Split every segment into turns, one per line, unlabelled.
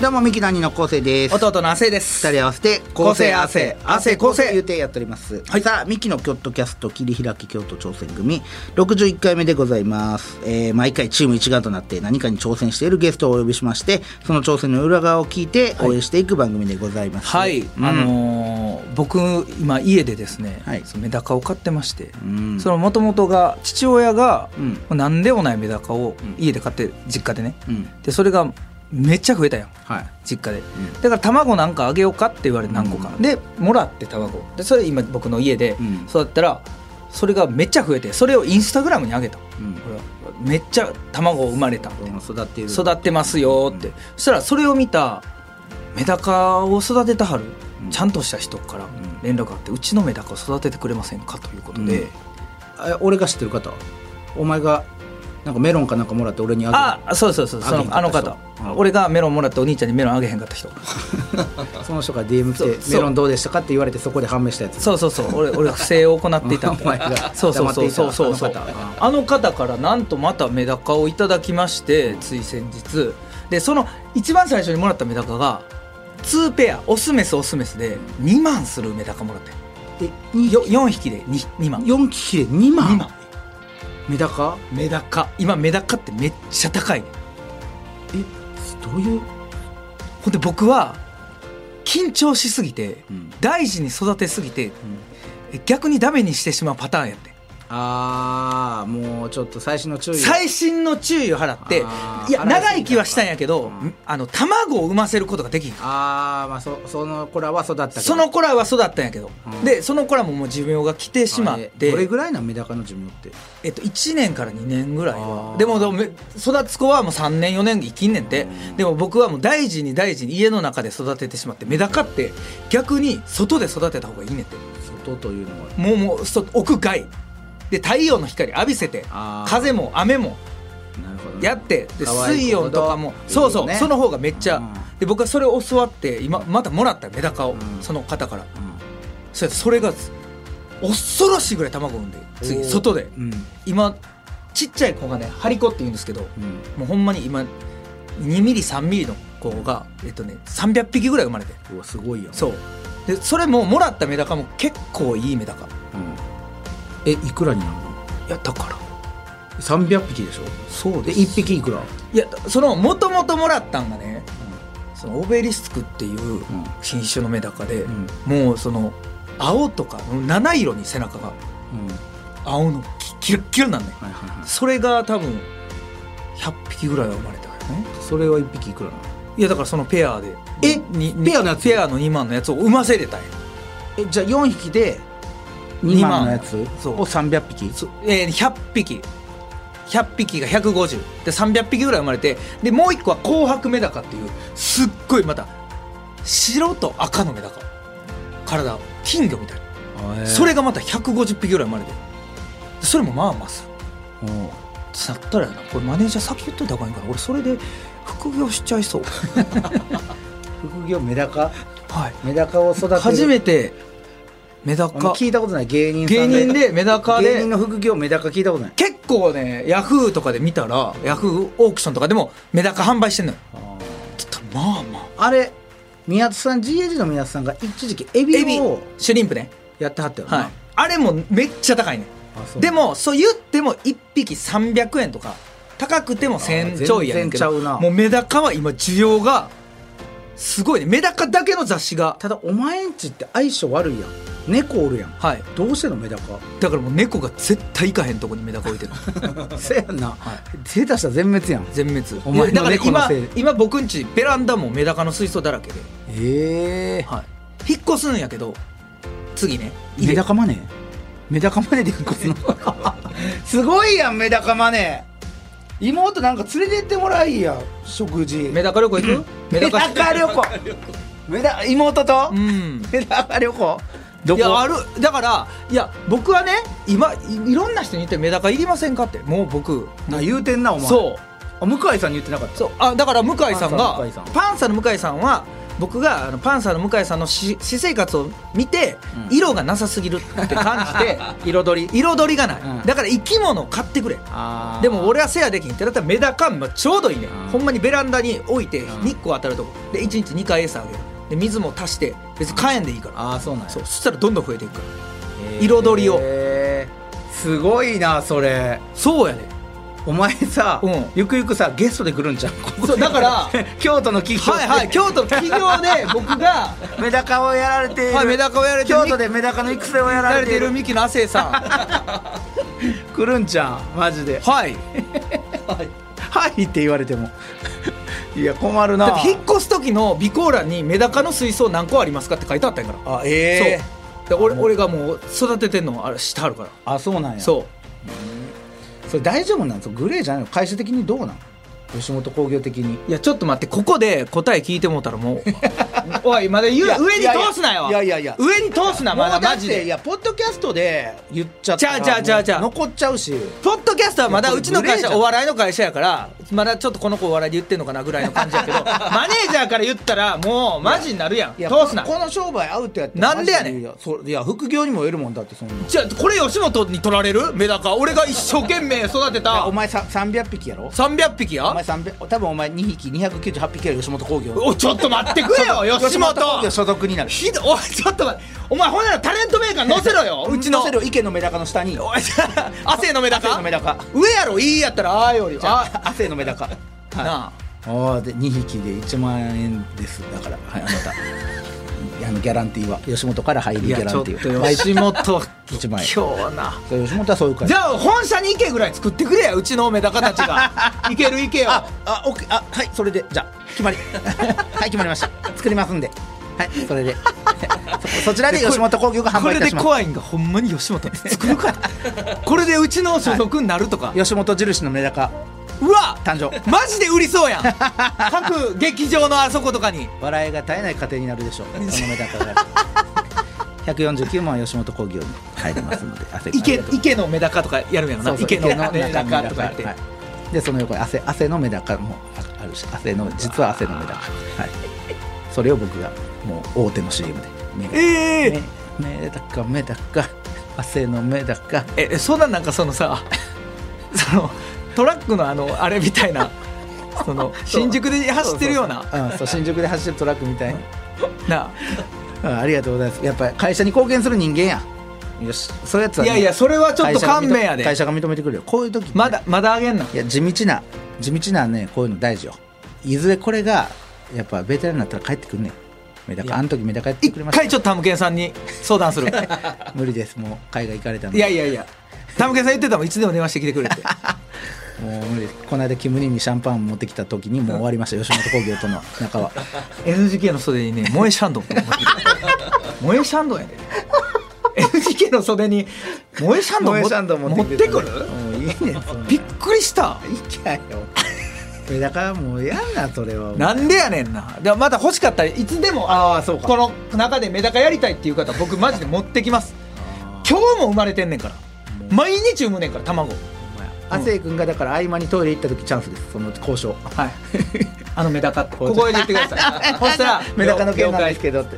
どうもミキの兄の昴生です
弟の亜生です
二人合わせて
構成汗汗構成
言うてやっております、さあミキのキョットキャスト切り開き京都挑戦組61回目でございます、えー毎回チーム一丸となって何かに挑戦しているゲストをお呼びしましてその挑戦の裏側を聞いて応援していく番組でございます
はい、
うん
あのー僕今家でですね、
はい
そのメダカを飼ってまして、
うん
その元々が父親が、
うん
なんでもないメダカを
ん
家で飼って実家でね、
うん
でそれがめっちゃ増えたやん
はい
実家で、
ん
だから卵なんかあげようかって言われて何個か、
う
でもらって卵でそれ今僕の家で
うん
育ったら、それがめっちゃ増えてそれをインスタグラムにあげた、
うん
これはめっちゃ卵生まれたみたいな
育っている
育ってますよって、そしたらそれを見たメダカを育てたはる、
うん
ちゃんとした人から
ん
連絡があって、うちのメダカを育ててくれませんかということで、
うんあ俺が知ってる方お前がなんかメロンかなんかもらって俺にあげた
あそうそうそうそ
あ
のあ
げへ
の
んかった人
方、
うん
俺がメロンもらってお兄ちゃんにメロンあげへんかった人
その人から DM
そう
来て
そう
メロンどうでしたかって言われてそこで判明したやつ
そうそうそう俺俺不正を行ってい た
お前が
そうそうそうそうそう
黙
そ
っ
う
ていたあの方
あの方からなんとまたメダカをいただきましてつい先日でその一番最初にもらったメダカが2ペアオスメスオスメスで2万するメダカもらって
えに
よ4匹で 2, 2万
4匹で2万
2万
メダカ
メダカ今メダカってめっちゃ高いね
えどういう、
ほんで僕は緊張しすぎて
うん
大事に育てすぎて逆にダメにしてしまうパターンやって
ああもうちょっと最新の注意
最新の注意を払って
あー
い
払
や
いすぎた
長生きはしたんやけど、
うん
あの卵を産ませることができんか
ああまあそその子らは育ったけど
その子らは育ったんやけど、
うん
でその子らももう寿命が来てしまっ
あれどれ
て
ぐらいなんメダカの寿命って
えっと、1年から2年ぐらいは
あー
でもでもめ育つ子はもう3年4年生きんねんて、
うん
でも僕はもう大事に大事に家の中で育ててしまってメダカって逆に外で育てた方がいいねんて
外というのは
もうもうそ屋外で太陽の光浴びせて
あー
風も雨も
なるほどね
やってで
可愛い
水
子ほ
温
ど
とかも
っていね
そうそうその方がめっち
う
ゃ
ん
で僕はそれを教わって今またもらったメダカを
うん
その方から
うん
それそれが恐ろしいぐらい卵産んで
お
次
ー
外で
うん
今ちっちゃい子がねハリコって言うんですけど
うん
もうほんまに今2ミリ3ミリの子がえっとね300匹ぐらい生まれて
うわすごいよ
そうでそれももらったメダカも結構いいメダ
う
カ
んえいくらになるの
いやだから
300匹でしょ
そう
で
で
1匹いくら
いやそのもともともらったんがねそのオベリスクっていう
うん
品種のメダカで、
うん
もうその青とか七色に背中が
うん
青のキキラッキラなんね
はいはいはい
それが多分100匹ぐらいは生まれたよね
それは1匹いくらなの
いやだからそのペアで
え
に
ペアのやつ
ペアの2万のやつを産ませれたんや
えじゃあ4匹で
二
2
万
万のやつを
そう
300匹
そえー、100匹100匹が150で300匹ぐらい生まれてでもう一個は紅白メダカっていうすっごいまた白と赤のメダカ体金魚みたいなそれがまた150匹ぐらい生まれてそれもまあまあさ
うん
なったらやなこれマネージャー先言っといた方がいいんから俺それで副業しちゃいそう
副業メダカ
はい
メダカを育てる
初めてメダ
あんま
カ
聞いたことない芸人さ
芸
ん
人でメダカ
芸
で
人の副業メダカ聞いたことない
結構ねヤフーとかで見たらヤフーオークションとかでもメダカ販売してんのよちょっとまあまあ
あれ宮津さん GAG の宮津さんが一時期エビ
エビ
を
シュリンプね
やってはったよな、
はいあれもめっちゃ高いね
あそう
でもそう言っても1匹300円とか高くても1000ちょいやねんけ
あ
ど
全然ちゃうな
もうメダカは今需要がすごいねメダカだけの雑誌が
ただお前んちって相性悪いやん猫おるやん
はい
どうしてんのメダ カ
だからもう猫が絶対行かへんとこにメダカ置 いてる
せやんな、手出したら全滅やん
全滅
お前の
だから
猫の
今
せい
今僕んちベランダもメダカの水槽だらけで、
ええ
はい、引っ越すんやけど次ね
メダカマネーメダカマネーで引っ越すの すごいやんメダカマネー妹なんか連れてってもらいや食事
メダカ旅行行く
メダカ旅行メダ妹と、
うん
メダカ旅行どこ
いやあるだからいや僕はね今いいろんな人に言ってメダカいりませんかってもう僕
な言うてんなお前
そう
あ向井さんに言ってなかった
そうあだから向井さんが
パンサーの向井さん
パンサーの向井さんは僕があのパンサーの向井さんのし私生活を見て、
うん
色がなさすぎるって感じ て
彩り
彩りがない、
うん
だから生き物を買ってくれ
あー
でも俺はせやできんってなったらメダカもちょうどいいね、
うん
ほんまにベランダに置いて
うん
日光当たるとこで1日2回餌あげるで水も足して別に火炎でいいから、
ああそうなんや
そうそしたらどんどん増えていくから
へー
彩りを
すごいなそれ
そうやね
お前さ、
うん
ゆくゆくさゲストで来るんじゃん
そうだから
京都の企業
はいはい京都の企業 で僕が
メダカをやられている、
はいメダカをやられてる
京都でメダカの育成をやら
慣
れ
れ
て
て
いる
るミキの亜生 さ
来るんじゃんマジで
んはい
はいって言われてもいや困るな
だって引っ越す時の備考欄にメダカの水槽何個ありますかって書いてあったんやから
あええ
そうで俺俺がもう育ててんのあれしてはるから
あそうなんや
そう
それ大丈夫なんですかグレーじゃないの会社的にどうなん吉本興業的に
いやちょっと待ってここで答え聞いてもうたら もうおいまだ言う
いや
上に通すなよ
いやいやいや
上に通すなまだ
もうだ
マ
っ
ジ
てい
で
やポッドキャストで言っちゃったら
じゃあじゃあじゃあじゃあ
もう残っちゃうし
ポッドキャストはまだうちの会
いやこれ無礼じゃ
社
ん
お笑いの会社やからまだちょっとこの子お笑いで言ってんのかなぐらいの感じ やけどマネージャーから言ったらもうマジになるやん
いや
通すな
この商売合うってやって
なんでやねん
いやそいや副業にも得るもんだってそんな
じゃあこれ吉本に取られるメダカ俺が一生懸命育て
いや
た
お前さ300匹やろ
300匹
お前
や
300多分お前2匹298匹やろ吉本興業
おいちょっと待ってくれよ吉
興業
本
所属になる
ひどおいちょっと待ってお前ほんならタレントメーカー載せろ ようちの
乗せる池のメダカの下に
おいじゃあ汗のメダ
汗
カ
のメダカ
上やろいいやったらああより
あ
あ
汗のメダカはい
なあ
ああで2匹で1万円ですだからはいあなたいやあのギャランティーは吉本から入りギャランティーは毎週
吉本
一枚
今日な
そう吉本はそういう会
じ
社
ゃあ本社に行けぐらい作ってくれやうちのメダカたち が行ける行けよ
ああオッケーあはいそれでじゃあ決まり はい決まりました作りますんではいそれで そそちらで吉本興業が販
こ
売い
れ
た
で
します
怖いんがほんまに 吉本って作るからこれでうちの所属になるとか、
吉本印のメダカ
うわ
誕生
マジで売りそ うやん各劇場のあそことかに
笑いが絶えない家庭になるでしょうこのメダカが149万は吉本興業に入りますので汗
池池のメダカとかやるんやろな
そうそう
池の
中
メダカとか言って、
はいでその横に汗汗のメダカもああるし汗の実は汗のメダカはいそれを僕がもう大手の CM でメダ
ええ
カメメダカメダカ汗のメダカ
えそんなんなんかそのさ そのトラックのあのあれみたいな その新宿で走ってるような
うん、そう新宿で走ってるトラックみたいに
な
うんありがとうございますやっぱり会社に貢献する人間やよしそういうやつは、
い
ね、
やいやそれはちょっと勘弁やで
会社が認め会社が認めてくるよこういう時、ね、
まだまだあげんない
や地道な地道なねこういうの大事よいずれこれがやっぱベテランになったら帰ってくんねんメダ
い
カ
や
あの時メダカやって
一
くれました
回ちょっとタムケンさんに相談 する
無理ですもう海外行かれたんで
いやいやいやタムケンさん言ってたもんいつでも電話してきてく れって
もう無理ですこの間キム・ニにシャンパン持ってきた時にもう終わりました吉本興業との仲は
NGK の袖にね萌えシャンドンって思ってた 萌えシャンドンやで NGK の袖に萌えシャンドン
萌えシャンドン持
持
っ
ってて
きて
くる
もういいねそ んな
びっくりした
いいかよメダカはもうやんなそれは
なんでやねんなでもまた欲しかったらいつでも
ああそうか
この中でメダカやりたいっていう方僕マジで持ってきます今日も生まれてんねんから毎日産むねんから卵
亜生君がだから合間にトイレ行った時チャンスですその交渉
はい あのメダカってここへ言ってくだ さいそしたら
メダカの件
業
なんで
界
すけどって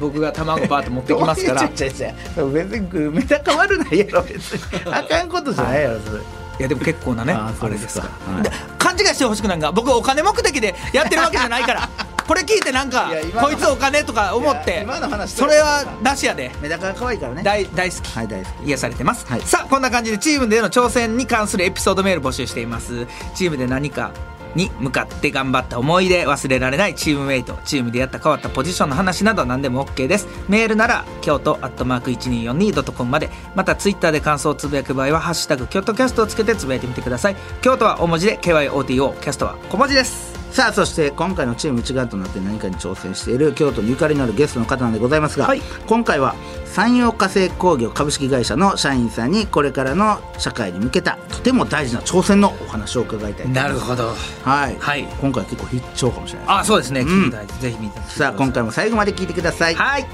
僕が卵バーッと持ってきますから
どういうちゃちゃちゃ別にメダカ悪ないやろ別 にあかんことじゃないやろそれ
いやでも結構なね
あ
あ
ーそう
れ
で
ですす
か
から、
はい
で勘違いしてほしくないが僕お金目的でやってるわけじゃない からこれ聞いてなんか
いや今の
こいつお金とか思っ
いや
て
今の話
それはなしやで
メダカが可愛いからね
大大好き
はい大好
癒されてます、
はい
さあこんな感じでチームでの挑戦に関するエピソードメール募集していますチームで何かに向かって頑張った思い出忘れられないチームメイトチームでやった変わったポジションの話など何でも OK ですメールなら京都アットマーク 1242.com までまたツイッターで感想をつぶやく場合は「ハッシュタグ京都キャスト」をつけてつぶやいてみてください京都は大文字で KYOTO キャストは小文字です
きさあそして今回のチーム一丸となって何かに挑戦している京都にゆかりのあるゲストの方なんでございますが、
はい
今回は山陽化成工業株式会社の社員さんにこれからの社会に向けたとても大事な挑戦のお話を伺いたいと思います
ほど
はい、
はい
今回は結構必聴かもしれない
あそうですね、
ん
ぜひ見てみてください
さあ今回も最後まで聞いてください
はい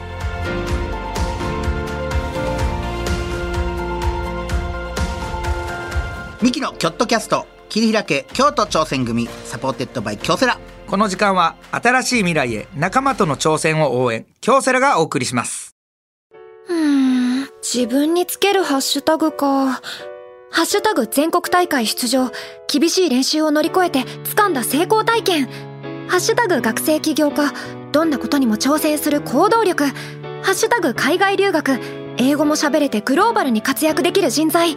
ミキのキョットキャスト切り開け京都挑戦組サポーテッドバイ京セラ
この時間は新しい未来へ仲間との挑戦を応援京セラがお送りします
うーん自分につけるハッシュタグか。ハッシュタグ全国大会出場。厳しい練習を乗り越えて掴んだ成功体験。ハッシュタグ学生起業家。どんなことにも挑戦する行動力。ハッシュタグ海外留学。英語も喋れてグローバルに活躍できる人材。っ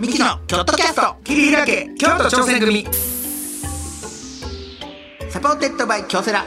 ミキのキョットキャスト切り開け京都挑戦組サポーテッドバイ京セラ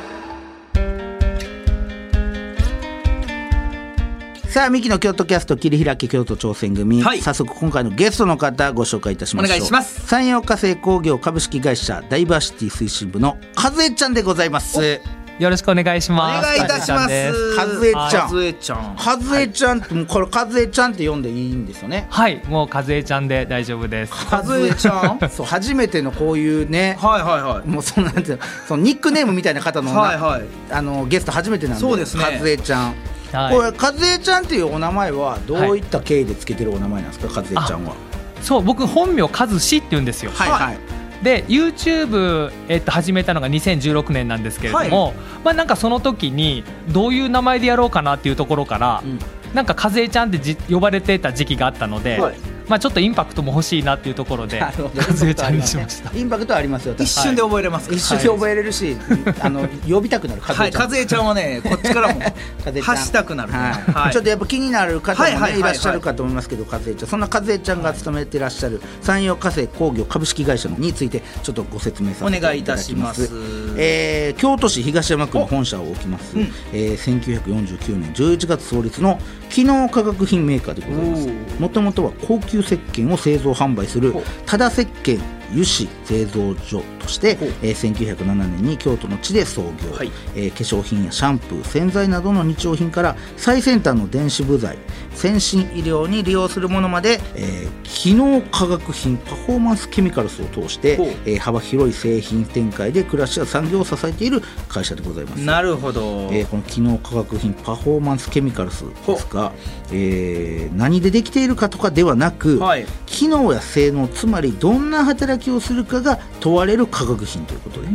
さあミキの京都キャスト切り開け京都挑戦組、
はい
早速今回のゲストの方ご紹介いたしましょう
お願いします
山陽化成工業株式会社ダイバーシティ推進部の和江ちゃんでございます
よろしくお願いします。
お願いいたします
かずえちゃん
和江
で
ちゃん
ずえちゃん
和江ちゃんってもうこれ和江ちゃんって読んでいいんですよね
はい、もうかずえちゃんで大丈夫です。
和江ちゃんそう初めてのこういうね
はいはいは
もうそんなんていうのそのニックネームみたいな方の
い
な
はいはい
あのゲスト初めてなんで
そうですね
和江ちゃん、
はい
これ和江ちゃんっていうお名前はどういった経緯でつけてるお名前なんですか和江ちゃんは
そう、僕本名かずしって言うんですよ。
はいはい、
で、YouTube えっと始めたのが2016年なんですけれども、まあなんかその時にどういう名前でやろうかなっていうところから、
うん
なんかかずえちゃんってじ呼ばれてた時期があったので、
はい
まあちょっとインパクトも欲しいなっていうところで、
な
か
るほど
ずえちゃんにしました。
インパクトはありますよ
一瞬で覚えれます
一瞬で覚えれるし、あの呼びたくなる和江ちゃん、
はい、和江ちゃんはね、こっち からも
和江ちゃん
発したくなる。
はい
はい
ちょっとやっぱ気になる方も、ね
はいいはいはいはい
らっしゃるかと思いますけど和江ちゃんそんな和江ちゃんが勤めてらっしゃる山陽火星工業株式会社についてちょっとご説明させていただきます
お願いいたします
えー京都市東山区に本社を置きます、
うん
えー1949年11月創立の機能化学品メーカーでございます
おー
もともとは高級石鹸を製造販売する
ほう
多田石鹸油脂製造所として
ほう、
えー1907年に京都の地で創業、
はい
えー化粧品やシャンプー洗剤などの日用品から最先端の電子部材先進医療に利用するものまで、えー機能化学品パフォーマンスケミカルスを通して
ほう、
えー幅広い製品展開で暮らしや産業を支えている会社でございます。
なるほど。
えーこの機能化学品パフォーマンスケミカルスですが、えー何でできているかとかではなく、
はい
機能や性能つまりどんな働きをするかが問われる化学品ということで、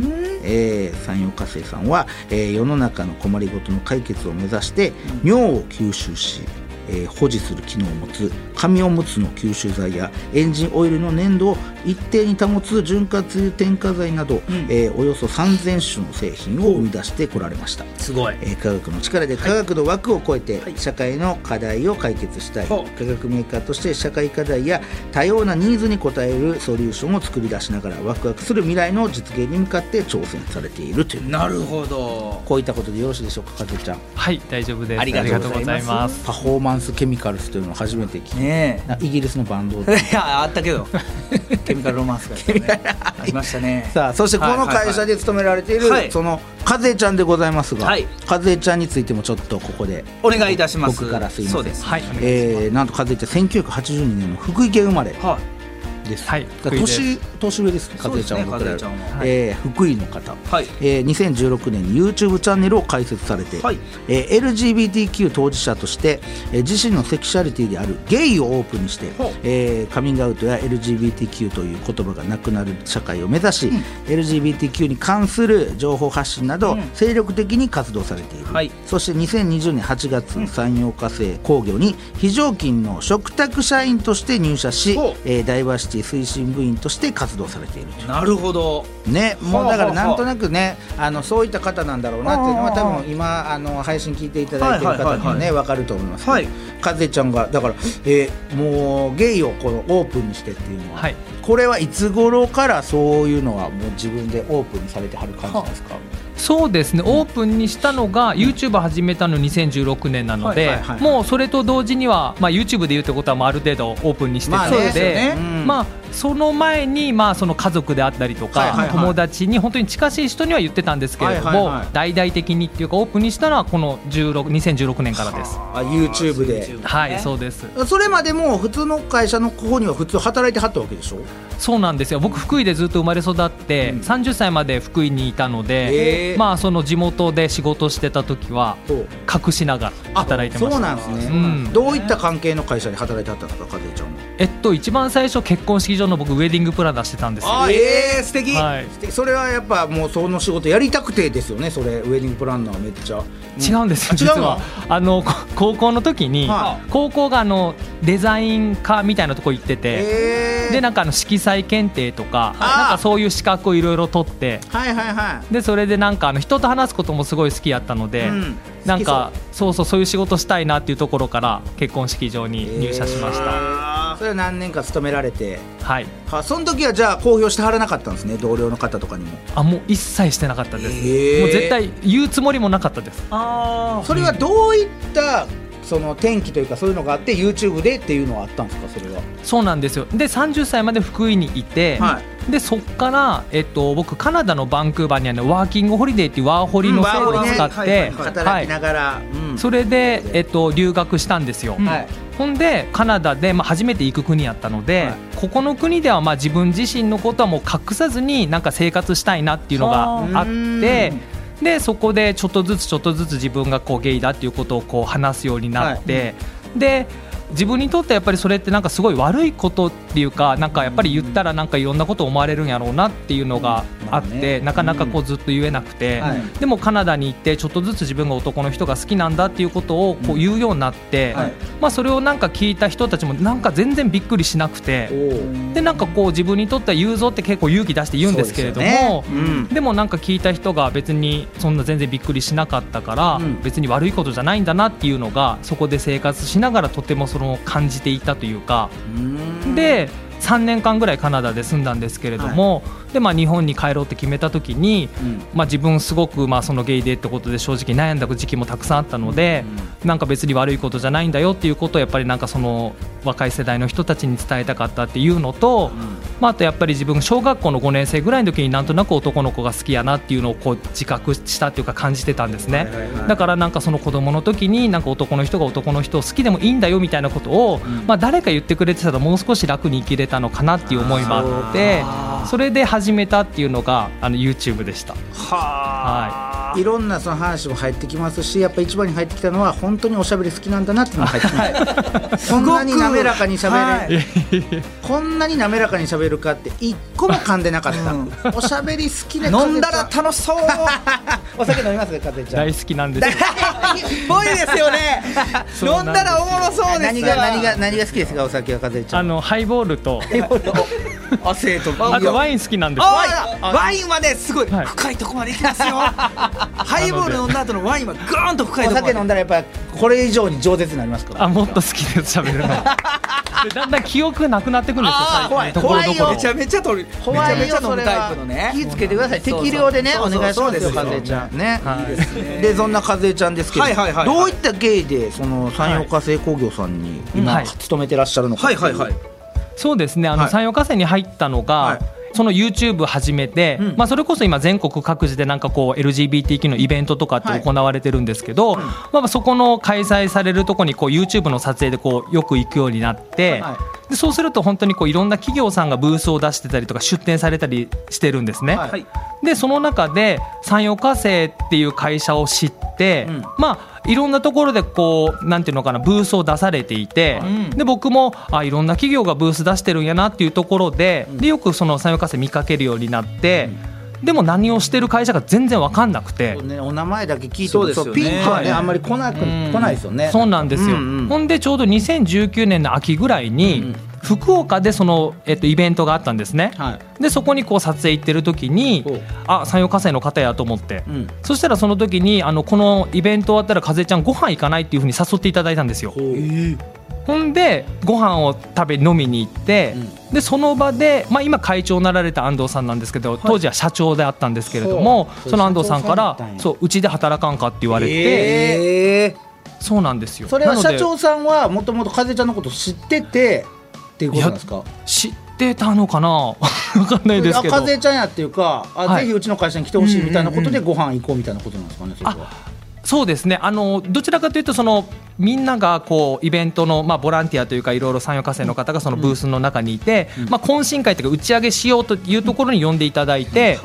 えー山陽火星さんは、えー世の中の困りごとの解決を目指して尿を吸収し、えー保持する機能を持つ紙おむつの吸収剤やエンジンオイルの粘度を一定に保つ潤滑油添加剤など、えーおよそ3000種の製品を生み出してこられました。
すごい。
えー科学の力で科学の枠を超えて社会の課題を解決したい、
ほう
科学メーカーとして社会課題や多様なニーズに応えるソリューションを作り出しながらワクワクする未来の実現に向かって挑戦されているという
なるほど。
こういったことでよろしいでしょうかかずちゃん
はい、大丈夫です。
ありがとうございます
ありがとうす
パフォーマンスケミカルスというのを初めて聞いた、
ね
なイギリスのバンド
え。いや、 あったけど。ケミカルロマンスが、ね。 ありましたね。
さあそしてこの会社で勤められている、
はい
その和江ちゃんでございますが、
はい
和江ちゃんについてもちょっとここで
お願いいたします。
僕からすいません
そうです。
はい、お願いします
えー、なんと和江ちゃん1982年の福井県生まれ
は
です。
はい
だから
福井
年
です
年上ですね。和江ちゃんは
そう
僕らより
ですね和江ちゃんは
はい
えー福井の方。
い。はい。
えー、2016年に YouTube チャンネルを開設されて、
はい
えー LGBTQ 当事者として、えー自身のセクシャリティであるゲイをオープンにして
ほう、
えーカミングアウトや LGBTQ という言葉がなくなる社会を目指し、LGBTQ に関する情報発信など、
うん
精力的に活動されている、
はい
そして2020年8月山陽火星工業に非常勤の嘱託社員として入社し
ほう、
えーダイバーシティ推進部員として活動されているという
なるほど。
ね、もう
は
だ
あ
から
はあ
なんとなくね、あのそういった方なんだろうなっていうのは
はあはあ
多分今あの配信聞いていただいてる
はいは
方に
いはい
も
はい
ねわかると思いますけど。
はい
かずえちゃんがだから、えーもうゲイをこのオープンにしてっていうのは、
はい
これはいつ頃からそういうのはもう自分でオープンにされてはる感じですか。
そうですね、オープンにしたのが、YouTube 始めたの2016年なので、
はいはいはいはい
もうそれと同時には、まあ、YouTube でいうってことは、まあある程度オープンにしてたの
そうですよ
で
ね、うん
まあ、その前に、まあ、その家族であったりとか、
はいはいはい
友達に本当に近しい人には言ってたんですけれども、
はいはいはい
大々的にっていうか、オープンにしたのはこの16 2016年からです。
あ YouTube で
はい、そうです。
それまでも普通の会社の方には普通働いてはったわけでしょ
そうなんですよ僕福井でずっと生まれ育って、
うん
30歳まで福井にいたの
へ
で、
え
まあその地元で仕事してた時は
そう
隠しながら働いてま
そ
し
うな
た
んですね、
うん
どういった関係の会社で働いてはったんですか和江ちゃんも
えっと一番最初結婚式場の僕ウェディングプラン出してたんですよ
あええ素敵、
はい
素敵それはやっぱもうその仕事やりたくてですよねそれウェディングプランナーめっちゃ
違うんですよ、
あ
実
違うの
はあのこ高校の時に、
は
高校があのデザイン科みたいなとこ行ってて、
ええ
でなんかあの色彩検定と
あ
か
ー
なんかそういう資格をいろいろ取って
はいはいは
でそれでなんかあの人と話すこともすごい好きやったの
い、
で、
うん
なんかそうそうそういう仕事したいなっていうところから結婚式場に入社しました、
たそれは何年か勤められて
はい
はその時はじゃあ公表してはらなかったんですね同僚の方とかにも
あもう一切してなかったです、
へー
もう絶対言うつもりもなかったです
あ
それはどういったその天気というかそういうのがあって YouTube でっていうのはあったんですかそれは
そうなんですよで30歳まで福井にいて、
は
でそっから、えっと、僕カナダのバンクーバーにあるワーキングホリデーっていうワーホリの制度を使って、
はい働きながら、うん
それで、えっと、留学したんですよ、
はい
ほんでカナダで、まあ、初めて行く国やったので、
はい
ここの国ではまあ自分自身のことはもう隠さずになんか生活したいなっていうのがあ
はあ
ってでそこでちょっとずつちょっとずつ自分がこうゲイだっていうことをこう話すようになって、で自分にとってやっぱりそれってなんかすごい悪いことっていうかなんかやっぱり言ったらなんかいろんなこと思われるんやろうなっていうのがあって、
うんまあね
なかなかこうずっと言えなくて。
はい
でもカナダに行ってちょっとずつ自分が男の人が好きなんだっていうことをこう言うようになって、
はい
まあ、それをなんか聞いた人たちもなんか全然びっくりしなくて
おー
でなんかこう自分にとっては言うぞって結構勇気出して言うんですけれども。
そうですよねうん
でもなんか聞いた人が別にそんな全然びっくりしなかったから
うん
別に悪いことじゃないんだなっていうのがそこで生活しながらとてもその感じていたというか
うん
で3年間ぐらいカナダで住んだんですけれどもでまあ日本に帰ろうって決めた時に
うん
まあ、自分すごくまあそのゲイでってことで正直悩んだ時期もたくさんあったので、なんか別に悪いことじゃないんだよっていうことをやっぱりなんかその若い世代の人たちに伝えたかったっていうのと、まあ、あとやっぱり自分小学校の5年生ぐらいの時になんとなく男の子が好きやなっていうのをこう自覚したっていうか感じてたんですね。だからなんかその子供の時になんか男の人が男の人を好きでもいいんだよみたいなことを、
ん
まあ誰か言ってくれてたらもう少し楽に生きれたのかなっていう思いもあってそれで始めたっていうのがあの YouTube でした。
いろんなその話も入ってきますしやっぱ一番に入ってきたのは本当におしゃべり好きなんだなっていうのが入ってきます こんなに滑らかにしゃべれ、 こんなに滑らかにしゃべるかって一個も噛んでなかった、おしゃべり好きで
飲んだら楽し そう
お酒飲みますかてちゃん
大好きなんですよ
ぽいですよね
そうなんです
おもろそう
何が何が何が好きですかお酒はかちゃ
あ
ん
のハイボールと
汗と
あとワイン好きなんですよ
ああワインはねすごい
はい
深いとこまで行きますよハイボール飲んだ後のワインはガーンと深い
お
とこ
酒
ま
飲ん
で
だらやっぱこれ以上に饒舌になりますから
あもっと好きです喋るのでだんだん記憶なくなってくるんですよ
あー
最近ところど
怖
こ
い
ろ
よ
めちゃめちゃ取る
怖い
めち
よ
ゃめちゃ
そ
飲
れ
む
は
タイプのね
気をつけてください
そうそう
適量でね
そうそう
お願いしますよ
そう
和
ですよ
江ちゃんね、
はい
いいですねでそんな和江ちゃんですけど、
はいはいはいはい
どういった経緯でその山陽化成工業さんに
は
今
い
勤めてらっしゃるのかってう
そうですねあの、
はい
山陽火星に入ったのが、
はい
その YouTube 始めて、
うん
まあ、それこそ今全国各地でなんかこう LGBTQ のイベントとかって行われてるんですけど、まあ、そこの開催されるとこにこう YouTube の撮影でこうよく行くようになって、
は
でそうすると本当にこういろんな企業さんがブースを出してたりとか出展されたりしてるんですね。
はい
でその中で山陽火星っていう会社を知って、
うん
まあいろんなところでこうなんていうのかなブースを出されていて、で僕もあいろんな企業がブース出してるんやなっていうところで,、でよくその山陽火星見かけるようになって、でも何をしてる会社が全然わかんなくて。
ね、お名前だけ聞いても
そうですよね
ピンとはね、
はい
あんまり来なく、
うん
来ないですよね
そうなんですよ、
うんうん
ほんでちょうど2019年の秋ぐらいに、
うん
福岡でその、えっと、イベントがあったんですね、
はい
でそこにこう撮影行ってる時に
ほう
あ山陽火星の方やと思って、
うん
そしたらその時にあのこのイベント終わったら風ちゃんご飯行かないっていうふうに誘っていただいたんですよ。ほんでご飯を食べ飲みに行って、でその場で、まあ、今会長になられた安藤さんなんですけど当時は社長であったんですけれども、
そう
その安藤さんから
社長さんだったんや
そううちで働かんかって言われて、
ええ
そうなんですよ
それは
なの
社
で
長さんはもともと風ちゃんのこと知っててっていうことなんですか
知ってたのかな わかんないですけど
あ風ちゃんやっていうかあ、
はい
ぜひうちの会社に来てほしいみたいなことで
う
ご飯行こうみたいなことなんですかねそれは
そうですねあのどちらかというとそのみんながこうイベントの、まあ、ボランティアというかいろいろ産業化成の方がそのブースの中にいて、まあ、懇親会というか打ち上げしようというところに呼んでいただいて、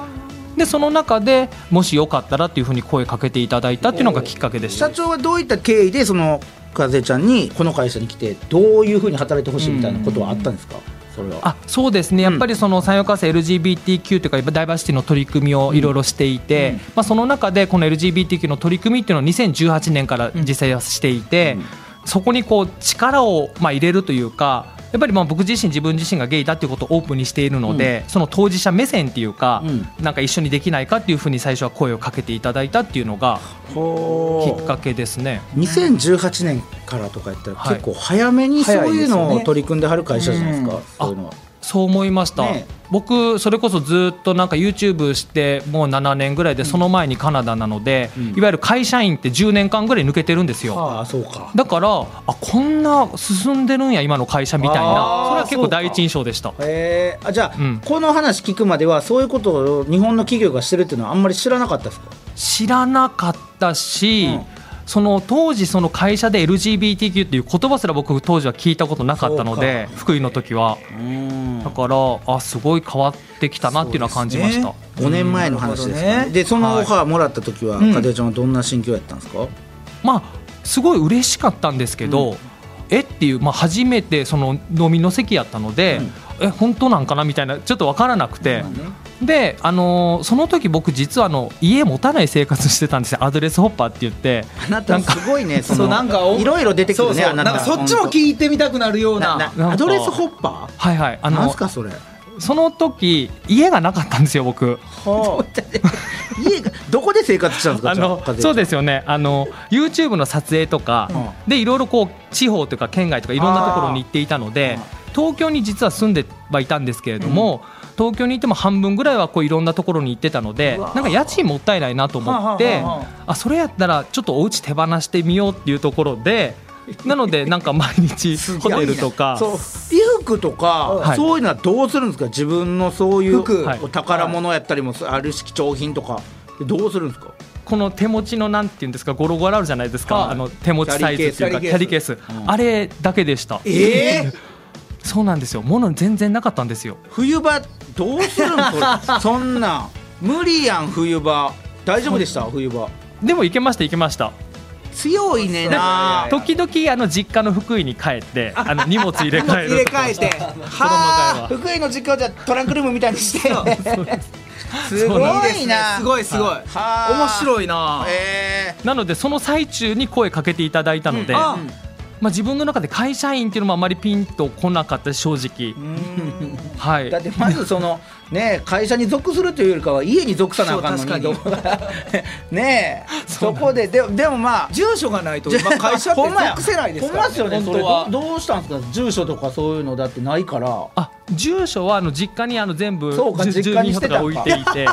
でその中でもしよかったらというふうに声かけていただいたっていうのがきっかけでした
社。長はどういった経緯でその風ちゃんにこの会社に来てどういうふうに働いてほしいみたいなことはあったんですかそれは
あそうですね、やっぱりその産業化成 LGBTQ というかダイバーシティの取り組みをいろいろしていて、まあ、その中でこの LGBTQ の取り組みっていうのを2018年から実際はしていて、そこにこう力をまあ入れるというかやっぱりまあ僕自身自分自身がゲイだっていうことをオープンにしているので、その当事者目線っていうか、なんか一緒にできないかっていうふうに最初は声をかけていただいたっていうのがきっかけですね。
2018年からとかやったら
はい
結構早めにそういうのを取り組んではる会社じゃないですか、そういうのは
そう思いました、
ね
僕それこそずっとなんか YouTube してもう7年ぐらいでその前にカナダなので、いわゆる会社員って10年間ぐらい抜けてるんですよ、
ああそうか
だからあこんな進んでるんや今の会社みたいな
あー
それは結
そ
構
うか
第一印象でした
えー、あじゃあ、
うん
この話聞くまではそういうことを日本の企業がしてるっていうのはあんまり知らなかったですか
知らなかったし、
うん
その当時その会社で LGBTQ っていう言葉すら僕当時は聞いたことなかったので福井の時は
うん
だからあすごい変わってきたなっていうのは感じました、
5年前の話ですか
なる
ね
ほどね
でそのオファーもらった時は、
うん
かてちゃんはどんな心境やったんですか、
まあすごい嬉しかったんですけど、えっていう、まあ、初めてその飲みの席やったので、え本当なんかなみたいなちょっと分からなくて、で、あのーその時僕実はあの家持たない生活してたんですよアドレスホッパーって言って
あなたすごいねその
そうなんかお
いろいろ出てくるね
そうそう
あなた
んかそっちも聞いてみたくなるよう
な
な
な
なんか
アドレスホッパー
はいはいあ
なん
の
すかそれ
その時家がなかったんですよ僕。
はあ家がどこで生活してたんですか
あのそうですよねあの YouTube の撮影とか、でいろいろこう地方というか県外とかいろんなところに行っていたので東京に実は住んではいたんですけれども、東京にいても半分ぐらいはこういろんなところに行ってたのでなんか家賃もったいないなと思って
はあはあは
あそれやったらちょっとお家手放してみようっていうところでなのでなんか毎日ホテルとか。
そう衣服とか、
はい
そういうのはどうするんですか自分のそういう
服
お宝物やったりもすあるし貴重品とかどうするんですか
この手持ちのなんていうんですかゴロゴロあるじゃないですか、
はい
あの手持ちサイズっていうか
キ
キ
ャ
ャ
リーケ
リーケ
ー
ー
ス
ス、あれだけでした
えー、
そうなんですよ物全然なかったんですよ
冬場どうするんそ れそんなん無理やん冬場大丈夫でした冬場
でも行けました行けました
強いね な
時々あの実家の福井に帰 ってあの荷物入れ替え
入れ
ると
替えて
は
はあ
あ
福井の実家じゃトランクルームみたいにして すご
いで
い
すね
な
すごいすごい面
はあ
白いな
え
なのでその最中に声かけていただいたので、
あ
まあ、自分の中で会社員っていうのもあまりピンとこなかった正直、は
ーだっ
い
てまずそのね会社に属するというよりかは家に属さなあかんのに
そう
ね えそこでででもまあ
住所がないと今会社って
ほんまや
属せないですから
ほんまっすよねそ
本
れ
当は
どどうしたんですか住所とかそういうのだってないからそ
あ住所はあの実家にあの全部
そうか
住
実家にし
民票
てた
とか
ん
置い
か
ていて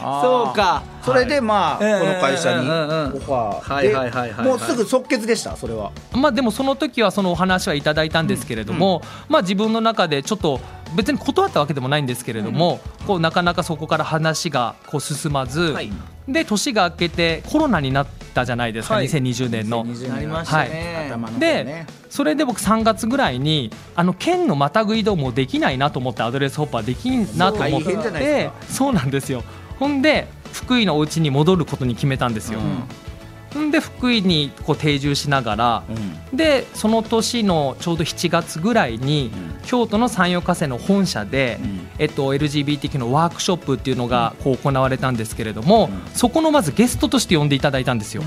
そうか
それでまあこ
はい
の会社に
うんうんうんうん
オファ
はいはいは
ー
いはい
で
はい
もうすぐ即決でしたそれは
まあでもその時はそのお話はいただいたんですけれども、まあ自分の中でちょっと別に断ったわけでもないんですけれども、こうなかなかそこから話がこう進まず、
はい
で年が明けてコロナになったじゃないですか、
はい
2020年の。
2020
なりまし
は
た
い
ね
頭の方
で、
ね
それで僕3月ぐらいにあの県のまたぐ移動もできないなと思ってアドレスホッパーできんなと思っ
そう大変じゃないで
てそうなんですよほんで福井のお家に戻ることに決めたんですよ、ほんで福井にこう定住しながら、でその年のちょうど7月ぐらいに、京都の山陽火星の本社で、えっと、LGBTQ のワークショップっていうのがこう行われたんですけれども、そこのまずゲストとして呼んでいただいたんですよ。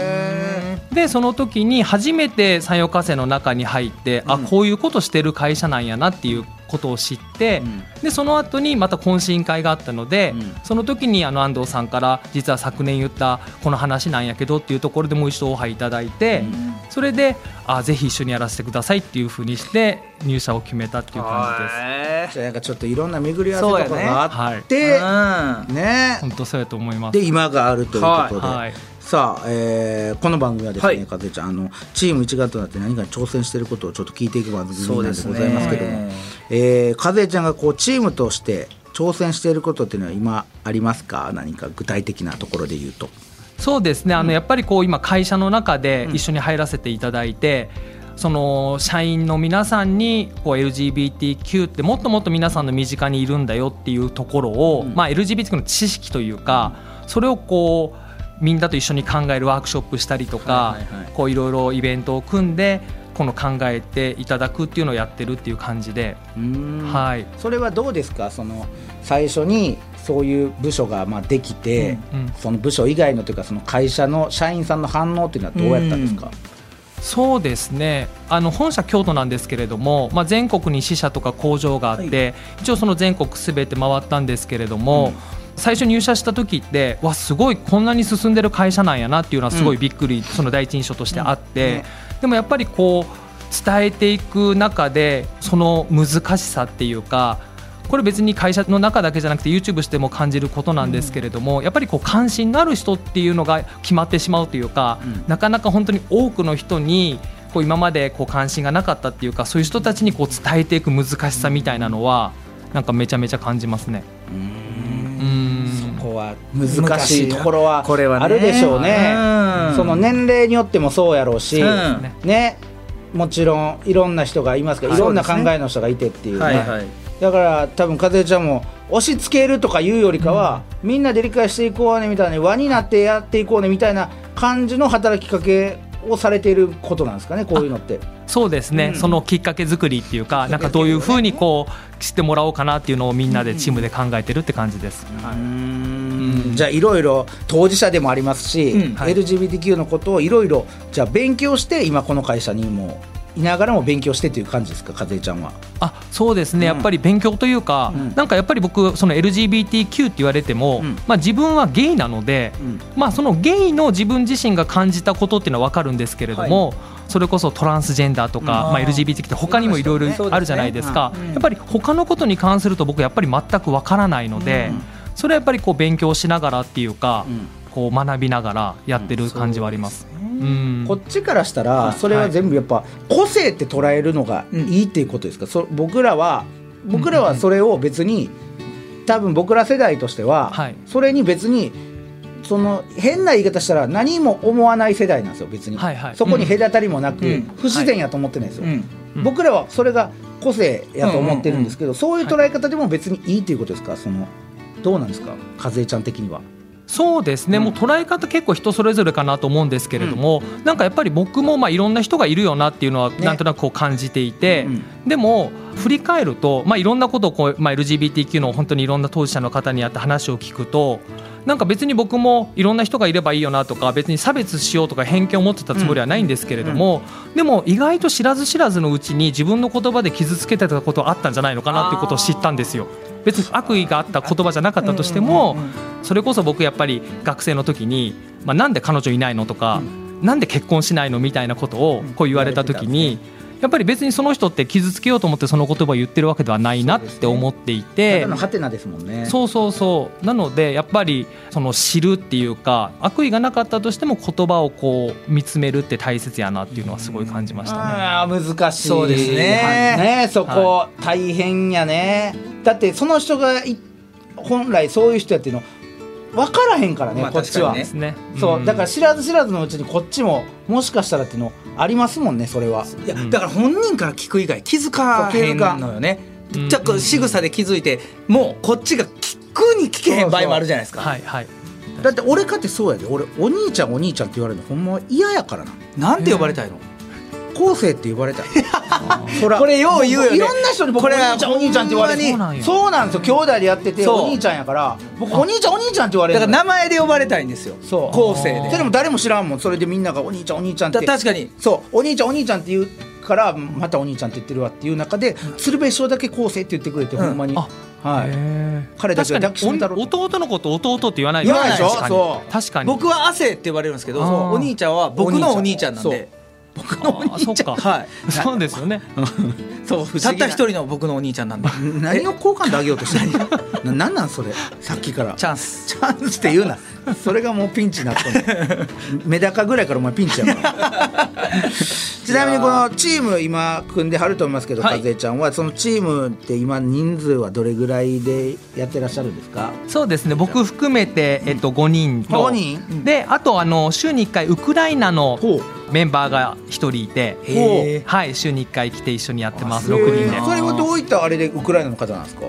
へ
でその時に初めて山陽火星の中に入って、あこういうことしてる会社なんやなっていうことを知って、でその後にまた懇親会があったので、その時にあの安藤さんから実は昨年言ったこの話なんやけどっていうところでもう一度オファーいただいて、それであぜひ一緒にやらせてくださいっていうふうにして入社を決めたっていう感じで
で
す。
じゃあなんかちょっといろんな巡り合わせとかがあっ
う
て
ん
ね
本当そうやと思います
で今があるということで、
はい
さあ、えーこの番組はですね、
はい
かずえちゃんあのチーム一丸となって何かに挑戦していることをちょっと聞いていく番組なんでございますけど
そう
も
ですね、
えー、かずえちゃんがこうチームとして挑戦していることっていうのは今ありますか何か具体的なところで言うと。
そうですねあのやっぱりこう今会社の中で一緒に入らせていただいて、その社員の皆さんにこう LGBTQ ってもっともっと皆さんの身近にいるんだよっていうところを、まあ、LGBTQ の知識というか、それをこうみんなと一緒に考えるワークショップしたりとか、
はいはいはい
こういろいろイベントを組んでこの考えていただくっていうのをやってるっていう感じで、
は
はい。
それはどうですかその最初にそういう部署がまあできて、
うんうん
その部署以外のというかその会社の社員さんの反応っていうのはどうやったんですか、
そうですねあの本社京都なんですけれども、まあ、全国に支社とか工場があって、一応その全国すべて回ったんですけれども、最初入社した時ってわすごいこんなに進んでる会社なんやなっていうのはすごいびっくり、その第一印象としてあって、
ね
でもやっぱりこう伝えていく中でその難しさっていうかこれ別に会社の中だけじゃなくて YouTube しても感じることなんですけれども、やっぱりこう関心のある人っていうのが決まってしまうというか、
うん
なかなか本当に多くの人にこう今までこう関心がなかったっていうかそういう人たちにこう伝えていく難しさみたいなのはなんかめちゃめちゃ感じますね。うん
そこは難しいところは
これはね
あるでしょうね
うん
その年齢によってもそうやろうし、
うん
ねもちろんいろんな人がいますから、
は
い
い
ろんな
そ
考
うですね
えの人がいてっていうね、
はいはい
だから多分風ちゃんも押し付けるとかいうよりかは、みんなで理解していこうねみたいな輪になってやっていこうねみたいな感じの働きかけをされていることなんですかねこういうのって。
そうですね、そのきっかけ作りっていうか、なんかどういうふうにこう知ってもらおうかなっていうのをみんなでチームで考えてるって感じです。
うんじゃあいろいろ当事者でもありますし、
うん
はい
LGBTQ のことをいろいろじゃあ勉強して今この会社にもいながらも勉強してという感じですか和江ちゃんは。
あそうですね、
うん
やっぱり勉強というか、
うん
なんかやっぱり僕その LGBTQ って言われても、
うん
まあ、自分はゲイなので、
うん
まあ、そのゲイの自分自身が感じたことっていうのは分かるんですけれども、それこそトランスジェンダーとか、
うん
まあ、LGBTQ って他にもいろい
そうですね
ろあるじゃないですか
うん
やっぱり他のことに関すると僕やっぱり全く分からないので、
うん
それはやっぱりこう勉強しながらっていうか、
うん
こう学びながらやってる感じはあります。うん
こっちからしたらそれは全部やっぱ個性って捉えるのがいいっていうことですか、そ僕らは僕らはそれを別に多分僕ら世代としては、
はい
それに別にその変な言い方したら何も思わない世代なんですよ別に、
はいはい
そこに隔たりもなく、
うん
不自然やと思ってないですよ、
うん
うん
僕らはそれが個性やと思ってるんですけど、そういう捉え方でも別にいいっていうことですかそのどうなんですか和江ちゃん的には。
そうですね、もう捉え方結構人それぞれかなと思うんですけれども、なんかやっぱり僕もまあいろんな人がいるよなっていうのは
ね
なんとなくこう感じていて、
うん
でも振り返ると、まあ、いろんなことをこう、まあ、LGBTQ の本当にいろんな当事者の方にやって話を聞くとなんか別に僕もいろんな人がいればいいよなとか別に差別しようとか偏見を持ってたつもりはないんですけれども、でも意外と知らず知らずのうちに自分の言葉で傷つけてたことあったんじゃないのかなっていうことを知ったんですよ。別に悪意があった言葉じゃなかったとしても、それこそ僕やっぱり学生の時に、まあ、なんで彼女いないのとか、なんで結婚しないのみたいなことをこう言われた時に、やっぱり別にその人って傷つけようと思ってその言葉を言ってるわけではないなって思ってい
た
て
だのハテナですもんね
そうそうそうなのでやっぱりその知るっていうか悪意がなかったとしても言葉をこう見つめるって大切やなっていうのはすごい感じましたね。
あー難しい
そうですね
はいねそこ、大変やねだってその人がい本来そういう人やっていうの分からへんからね、
まあ
こっちは、
確かに
ですね
そうだから
ん
知らず知らずのうちにこっちももしかしたらっていうのありますもんねそれは。
いやだから本人から聞く以外気づかへんのよね
うん
じゃあこう仕草で気づいてもうこっちが聞くに聞けへん場合もあるじゃないですか
はいはい
だって俺かってそうやで俺お兄ちゃんお兄ちゃんって言われるのほんま嫌やからな
なんて呼ばれたいの
後世って呼ばれたいそら
これよう言うよね
いろんな人に僕お
これは
兄ちゃんお兄ちゃんって言われ
ほ
んまに
るそうなんですよ兄弟でやってて
そう
お兄ちゃんやから僕お兄ちゃんお兄ちゃんって言われ
だ
る
か
の
ら名前で呼ばれたいんですよ
そう
後世で
それでも誰も知らんもんそれでみんなが「お兄ちゃんお兄ちゃん」って
だ確かに
そう「お兄ちゃんお兄ちゃん」って言うからまた「お兄ちゃん」って言ってるわっていう中で鶴瓶師匠だけ後世って言ってくれて、
うん
ほんまに、
あ
はい、
へー
彼たちが抱き
確
しめた
か
ろ
にお弟のこと弟って言わない
言わないでしょ
確かに
そう
確かに
僕は亜生って呼ばれるんですけど
あー
お兄ちゃんは僕のお兄ちゃんなんで
僕のお兄ちゃん
あーそっか
はい
そうですよね
そう不
た
思
っ
議
た
な
一人の僕のお兄ちゃんなんで
何を好感度上げようとしてるのななんなんそれさっきから
チャンス
チャンスって言うなそれがもうピンチになったのメダカぐらいからお前ピンチ やからちなみにこのチーム今組んではると思いますけど、
はい
和恵ちゃんはそのチームって今人数はどれぐらいでやってらっしゃるんですか
そうですね僕含めて、えっと、5人と
五人
であとあの週に1回ウクライナの
ほう
メンバーが1人いて
へー
はい、週に1回来て一緒にやってます
え
6
ー
人で
それはどういったあれでウクライナの方なんですか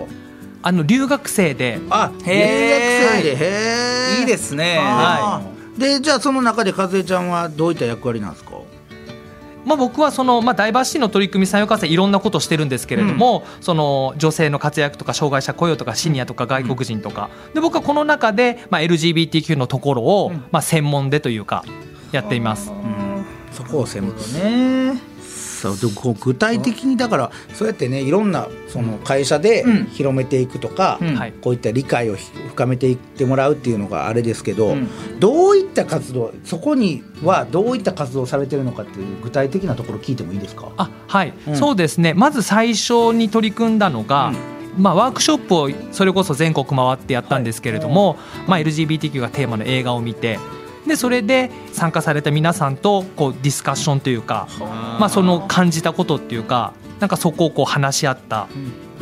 あの留学生で
あ留学
へー
生でへー
いいですね
あ
は
ーでじゃあその中で和恵ちゃんはどういった役割なんですか
まあ、僕はその、まあ、ダイバーシティの取り組み参与活性いろんなことしてるんですけれども、その女性の活躍とか障害者雇用とかシニアとか外国人とか、で僕はこの中で、まあ、LGBTQ のところを、まあ、専門でというかやっています。
そこを専門
いね
そうでもこう具体的にだからそうやってねいろんなその会社で
うん
広めていくとか、
うん
はい
こういった理解をひ深めていってもらうっていうのがあれですけど、
うん
どういった活動そこにはどういった活動をされてるのかっていう具体的なところ聞いてもいいですか
あはい、
うん
そうですねまず最初に取り組んだのが、まあ、ワークショップをそれこそ全国回ってやったんですけれども、まあ、LGBTQ がテーマの映画を見てでそれで参加された皆さんとこうディスカッションというか、まあ、その感じたことっていうかなんかそこをこう話し合った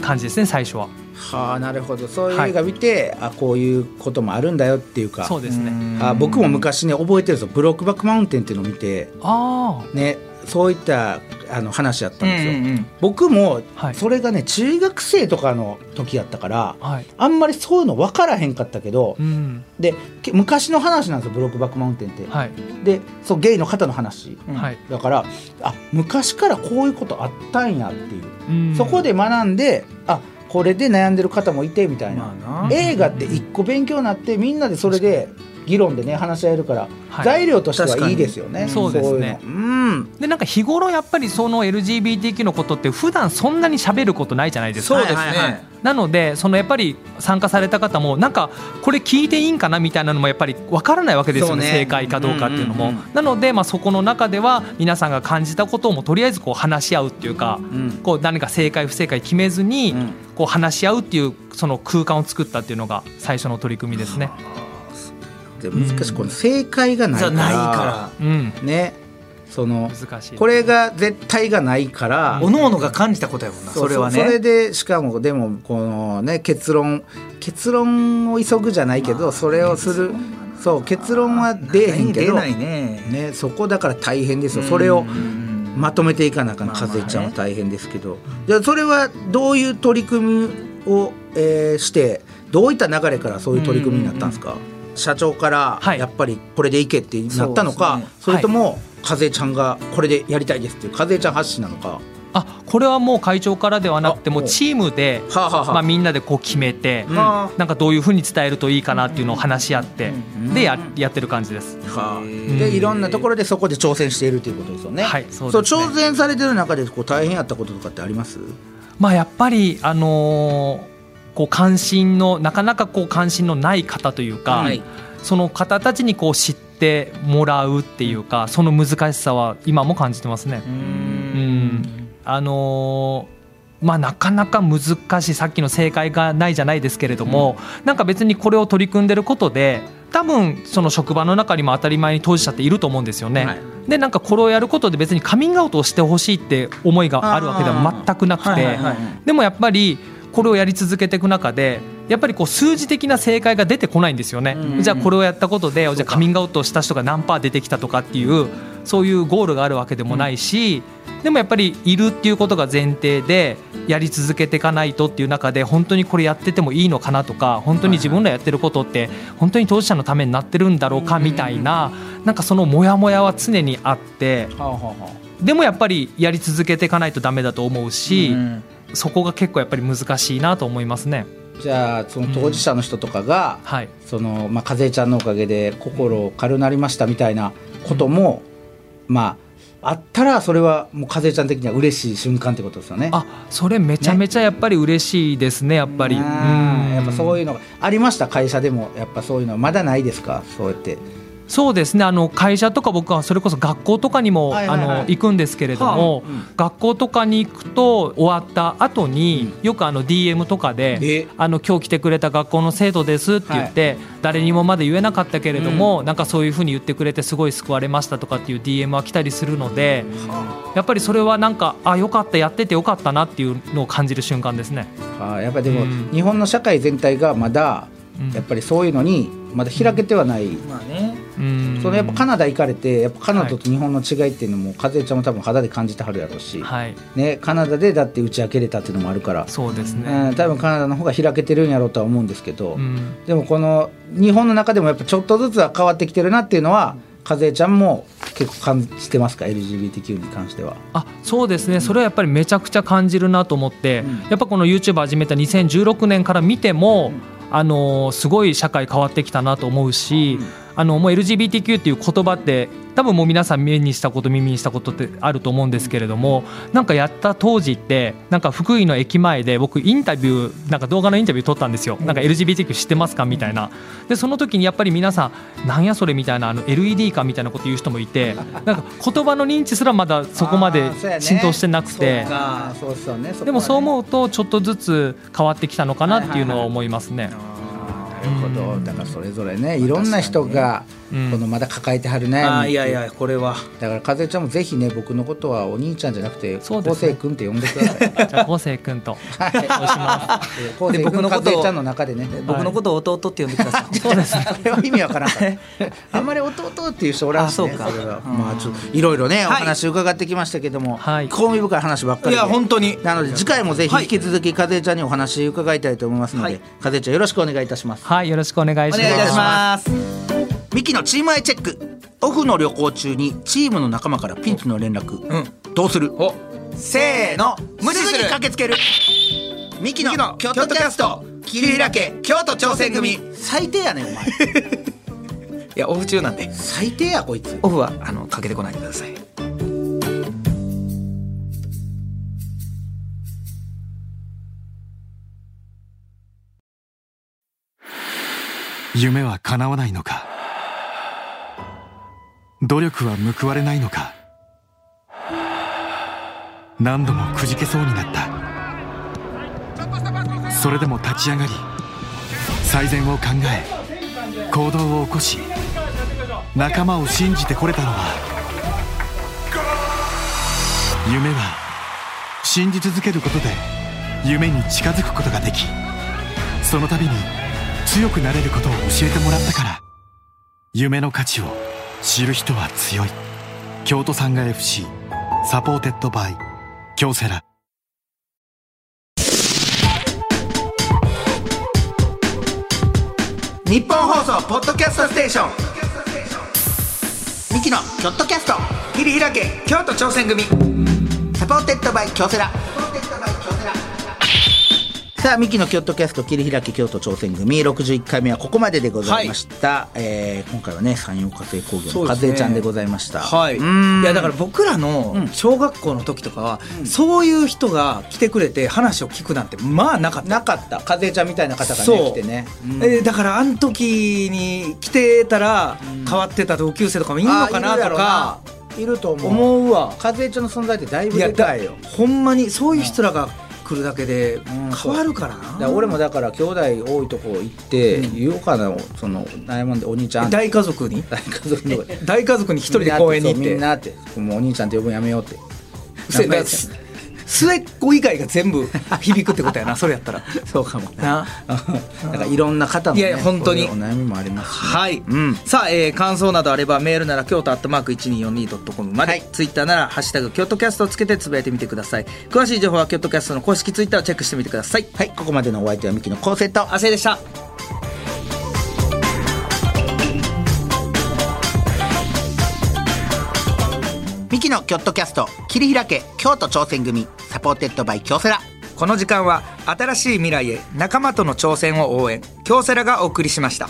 感じですね最初は。
はあなるほどそう
いう映画
見て、あこういうこともあるんだよっていうか
そうですね
あ僕も昔ね覚えてるんですよ「ブロックバックマウンテン」っていうのを見て
あ
ねそういったあの話やったんですよ。
うんうんうん
僕も
はい
それがね中学生とかの時やったから
あはい、
あんまりそういうの分からへんかったけど
うん
でけ昔の話なんですよブロックバックマウンテンって、
はい
でそうゲイの方の話
うん
はい
だからあ昔からこういうことあったんやっていう、
うん
そこで学んであこれで悩んでる方もいてみたいな、
まあな
映画って一個勉強になってみんなでそれで議論でね話し合えるから、
はい
材料としてはいいですよね
確かにそうですね
そういうのうん
でなんか日頃やっぱりその LGBTQ のことって普段そんなに喋ることないじゃないですか
そうですね、
はいはいはい
なのでそのやっぱり参加された方もなんかこれ聞いていいんかなみたいなのもやっぱりわからないわけですよね
そうね
正解かどうかっていうのも、
うんうんうん
なのでまあそこの中では皆さんが感じたことをもうとりあえずこう話し合うっていうか、
うん
こう何か正解不正解決めずに
うん
こう話し合うっていうその空間を作ったっていうのが最初の取り組みですね。
で難しいこの正解がない
じゃ
から
あないか
うん、
ねその
難しい
これが絶対がないから
らおのおのが感じたことやもんなそれはね
ううそれでしかもでもこのね結論結論を急ぐじゃないけど、それをするそう結論は出えへんけど
出ないね
ね、そこだから大変ですよそれを
うん
まとめていかなあかん
まあまあ
和
ね
江ちゃんは大変ですけど、じゃあそれはどういう取り組みを、えーしてどういった流れからそういう取り組みになったんですか、社長から
はい
やっぱりこれでいけってなったのか、
そうですね
それとも和江ちゃんがこれでやりたいですっていう和江ちゃん発信なのか。
あこれはもう会長からではなくて
あ
もう
もう
チームで、
はあはあはあ
まあ、みんなでこう決めて、
うん
あ
なんかどういうふうに伝えるといいかなっていうのを話し合って、
うん
でややってる感じです。
はあ、
ー
でいろんなところでそこで挑戦しているということですよね。
はいそうですね
挑戦されてる中でこう大変やったこととかってあります？
まあ、やっぱり、あのーこう関心のなかなかこう関心のない方というか、
はい
その方たちにこう知ってもらうっていうかその難しさは今も感じてますね。
う
うんんあのーまあ、なかなか難しいさっきの正解がないじゃないですけれども、なんか別にこれを取り組んでることで多分その職場の中にも当たり前に当事者っていると思うんですよね。
はい
でなんかこれをやることで別にカミングアウトをしてほしいって思いがあるわけでは全くなくて、
はいはいはい
でもやっぱりこれをやり続けていく中でやっぱりこう数字的な正解が出てこないんですよね、
うん
じゃあこれをやったことでじゃあカミングアウトした人が何パー出てきたとかっていうそういうゴールがあるわけでもないし、でもやっぱりいるっていうことが前提でやり続けていかないとっていう中で本当にこれやっててもいいのかなとか本当に自分らやってることって本当に当事者のためになってるんだろうかみたいな、なんかそのモヤモヤは常にあって
はあはあは
でもやっぱりやり続けていかないとダメだと思うし。
うん
そこが結構やっぱり難しいなと思いますね。
あ、じゃあその当事者の人とかが、
はい。
そのまあ和江ちゃんのおかげで心軽なりましたみたいなことも、まああったらそれはもう和江ちゃん的には嬉しい瞬間ってことですよね。
あ、それめちゃめちゃやっぱり嬉しいですね。やっぱり。
ねえやっぱそう
い
いうのがありました会社でもやっぱそういうのまだないですかそうやって
そうですねあの会社とか僕はそれこそ学校とかにも、
はいはいはい
あの行くんですけれども、学校とかに行くと終わった後に、よくあの DM とか
え
で「あの今日来てくれた学校の生徒です」って言って、誰にもまだ言えなかったけれども、なんかそういうふうに言ってくれてすごい救われましたとかっていう DM は来たりするので、やっぱりそれはなんかあよかったやっててよかったなっていうのを感じる瞬間ですね。
あーやっぱりでも、
うん
日本の社会全体がまだ
うん
やっぱりそういうのにまだ開けてはない、
まあね
うん
そのやっぱカナダ行かれてやっぱカナダと日本の違いっていうのも、和江ちゃんも多分肌で感じてはるやろうし、
はい
ね、カナダでだって打ち明けれたっていうのもあるから、
そうです
う
ね、
ん、多分カナダの方が開けてるんやろうとは思うんですけど、
うん
でもこの日本の中でもやっぱちょっとずつは変わってきてるなっていうのは和江ちゃんも結構感じてますか LGBTQ に関しては。
あそうですねそれはやっぱりめちゃくちゃ感じるなと思って、やっぱこの YouTube 始めた2016年から見ても、あのーすごい社会変わってきたなと思うし、あのもう LGBTQ っていう言葉って多分もう皆さん目にしたこと耳にしたことってあると思うんですけれどもなんかやった当時ってなんか福井の駅前で僕インタビューなんか動画のインタビュー撮ったんですよなんか LGBTQ 知ってますかみたいなでその時にやっぱり皆さんなんやそれみたいなあの LED かみたいなこと言う人もいて なんか言葉の認知すらまだそこまで
あーそうやね
浸透してなくて
そうかそうっすよねこはね
でもそう思うとちょっとずつ変わってきたのかなっていうのは思いますね。
なるほどだからそれぞれねいろんな人が
うん
このまだ抱えてはるね、
あーいやいやこれは
だから和江ちゃんもぜひね僕のことはお兄ちゃんじゃなくて
そ
昴
うですね
生君って呼んでください
じゃあ昴生君と
はい昴生
で僕
君
の
和
ことを
江ちゃんの中でね
僕のことを弟って呼んでくだ さい
そう ですね。それは意味わからんから。あんまり弟っていう人おらんしね。
あそうか
れはまあちょっといろいろねお
はい
話伺ってきましたけども、
はい
興味深い話ばっかりで。
いや本当に
なので次回もぜひ
はい
引き続き和江ちゃんにお話伺いたいと思いますの
は
で
い、
和江ちゃんよろしくお願いいたします。
はいよろしくお願い
お
します。
願いいたします
ミキのチームアイチェック。オフの旅行中にチームの仲間からピンチの連絡。
う
どうする？
せーの無視
す
す
ぐに
る
駆けつける。ミキ
ミキ
の
の
京都キャスト。
桐平家京都挑戦組い
最低やねお 前。
やオフ中なんで
最低やこいつ。
オフはあのかけてこないでください
夢は叶わないのか努力は報われないのか何度もくじけそうになったそれでも立ち上がり最善を考え行動を起こし仲間を信じてこれたのは夢は信じ続けることで夢に近づくことができその度に強くなれることを教えてもらったから夢の価値を知る人は強い京都産が FC サポーテッドバイ京セラ
日本放送ポッドキャストステーションミキのキョットキャスト切り開け京都挑戦組サポーテッドバイ京セラさあミキのキョットキャスト切り開け京都挑戦組61回目はここまででございました、えー今回はね山陽火星工業の
そ
和
うですね
江ちゃんでございました、
はい、
うーん
いやだから僕らの小学校の時とかは、そういう人が来てくれて話を聞くなんてまあなかった
なかった和江ちゃんみたいな方が
そう
ね来てね、うん
えーだからあの時に来てたら変わってた同級生とかもいいのかな
あーいるや
と
ろ
か
ないると思う
思うわ
和江ちゃんの存在ってだいぶ
いや
で
だ
かいよ
ほんまにそういう人らが来るだけで
ん
変わるから
だか
な
ら俺もだから兄弟多いとこ行って言おうかなその悩まんでお兄ちゃん
大家族に
大家族のとこで
大家族 に一人で公園に行っ
みん
て
なってそうみんなってもうお兄ちゃんって呼ぶのやめようって
せ
名前
す末っ子以外が全部響くってことや なそれやったら
そうかもな
な
なんかいろんな方の、ね、
いやいや本当に
そういうお悩みもありますしね、
はい、
うん
さあ、えー感想などあればメールなら京都アットマーク 1242.com まで、ツイッターなら「ハッシュタグ京都キャスト」をつけてつぶやいてみてください詳しい情報は京都キャストの公式ツイッターをチェックしてみてください
はい、ここまでのお相手はミキのコーセット
亜生でした
ミキのキョットキャスト切り開け京都挑戦組サポーテッドバイ京セラ
この時間は新しい未来へ仲間との挑戦を応援京セラがお送りしました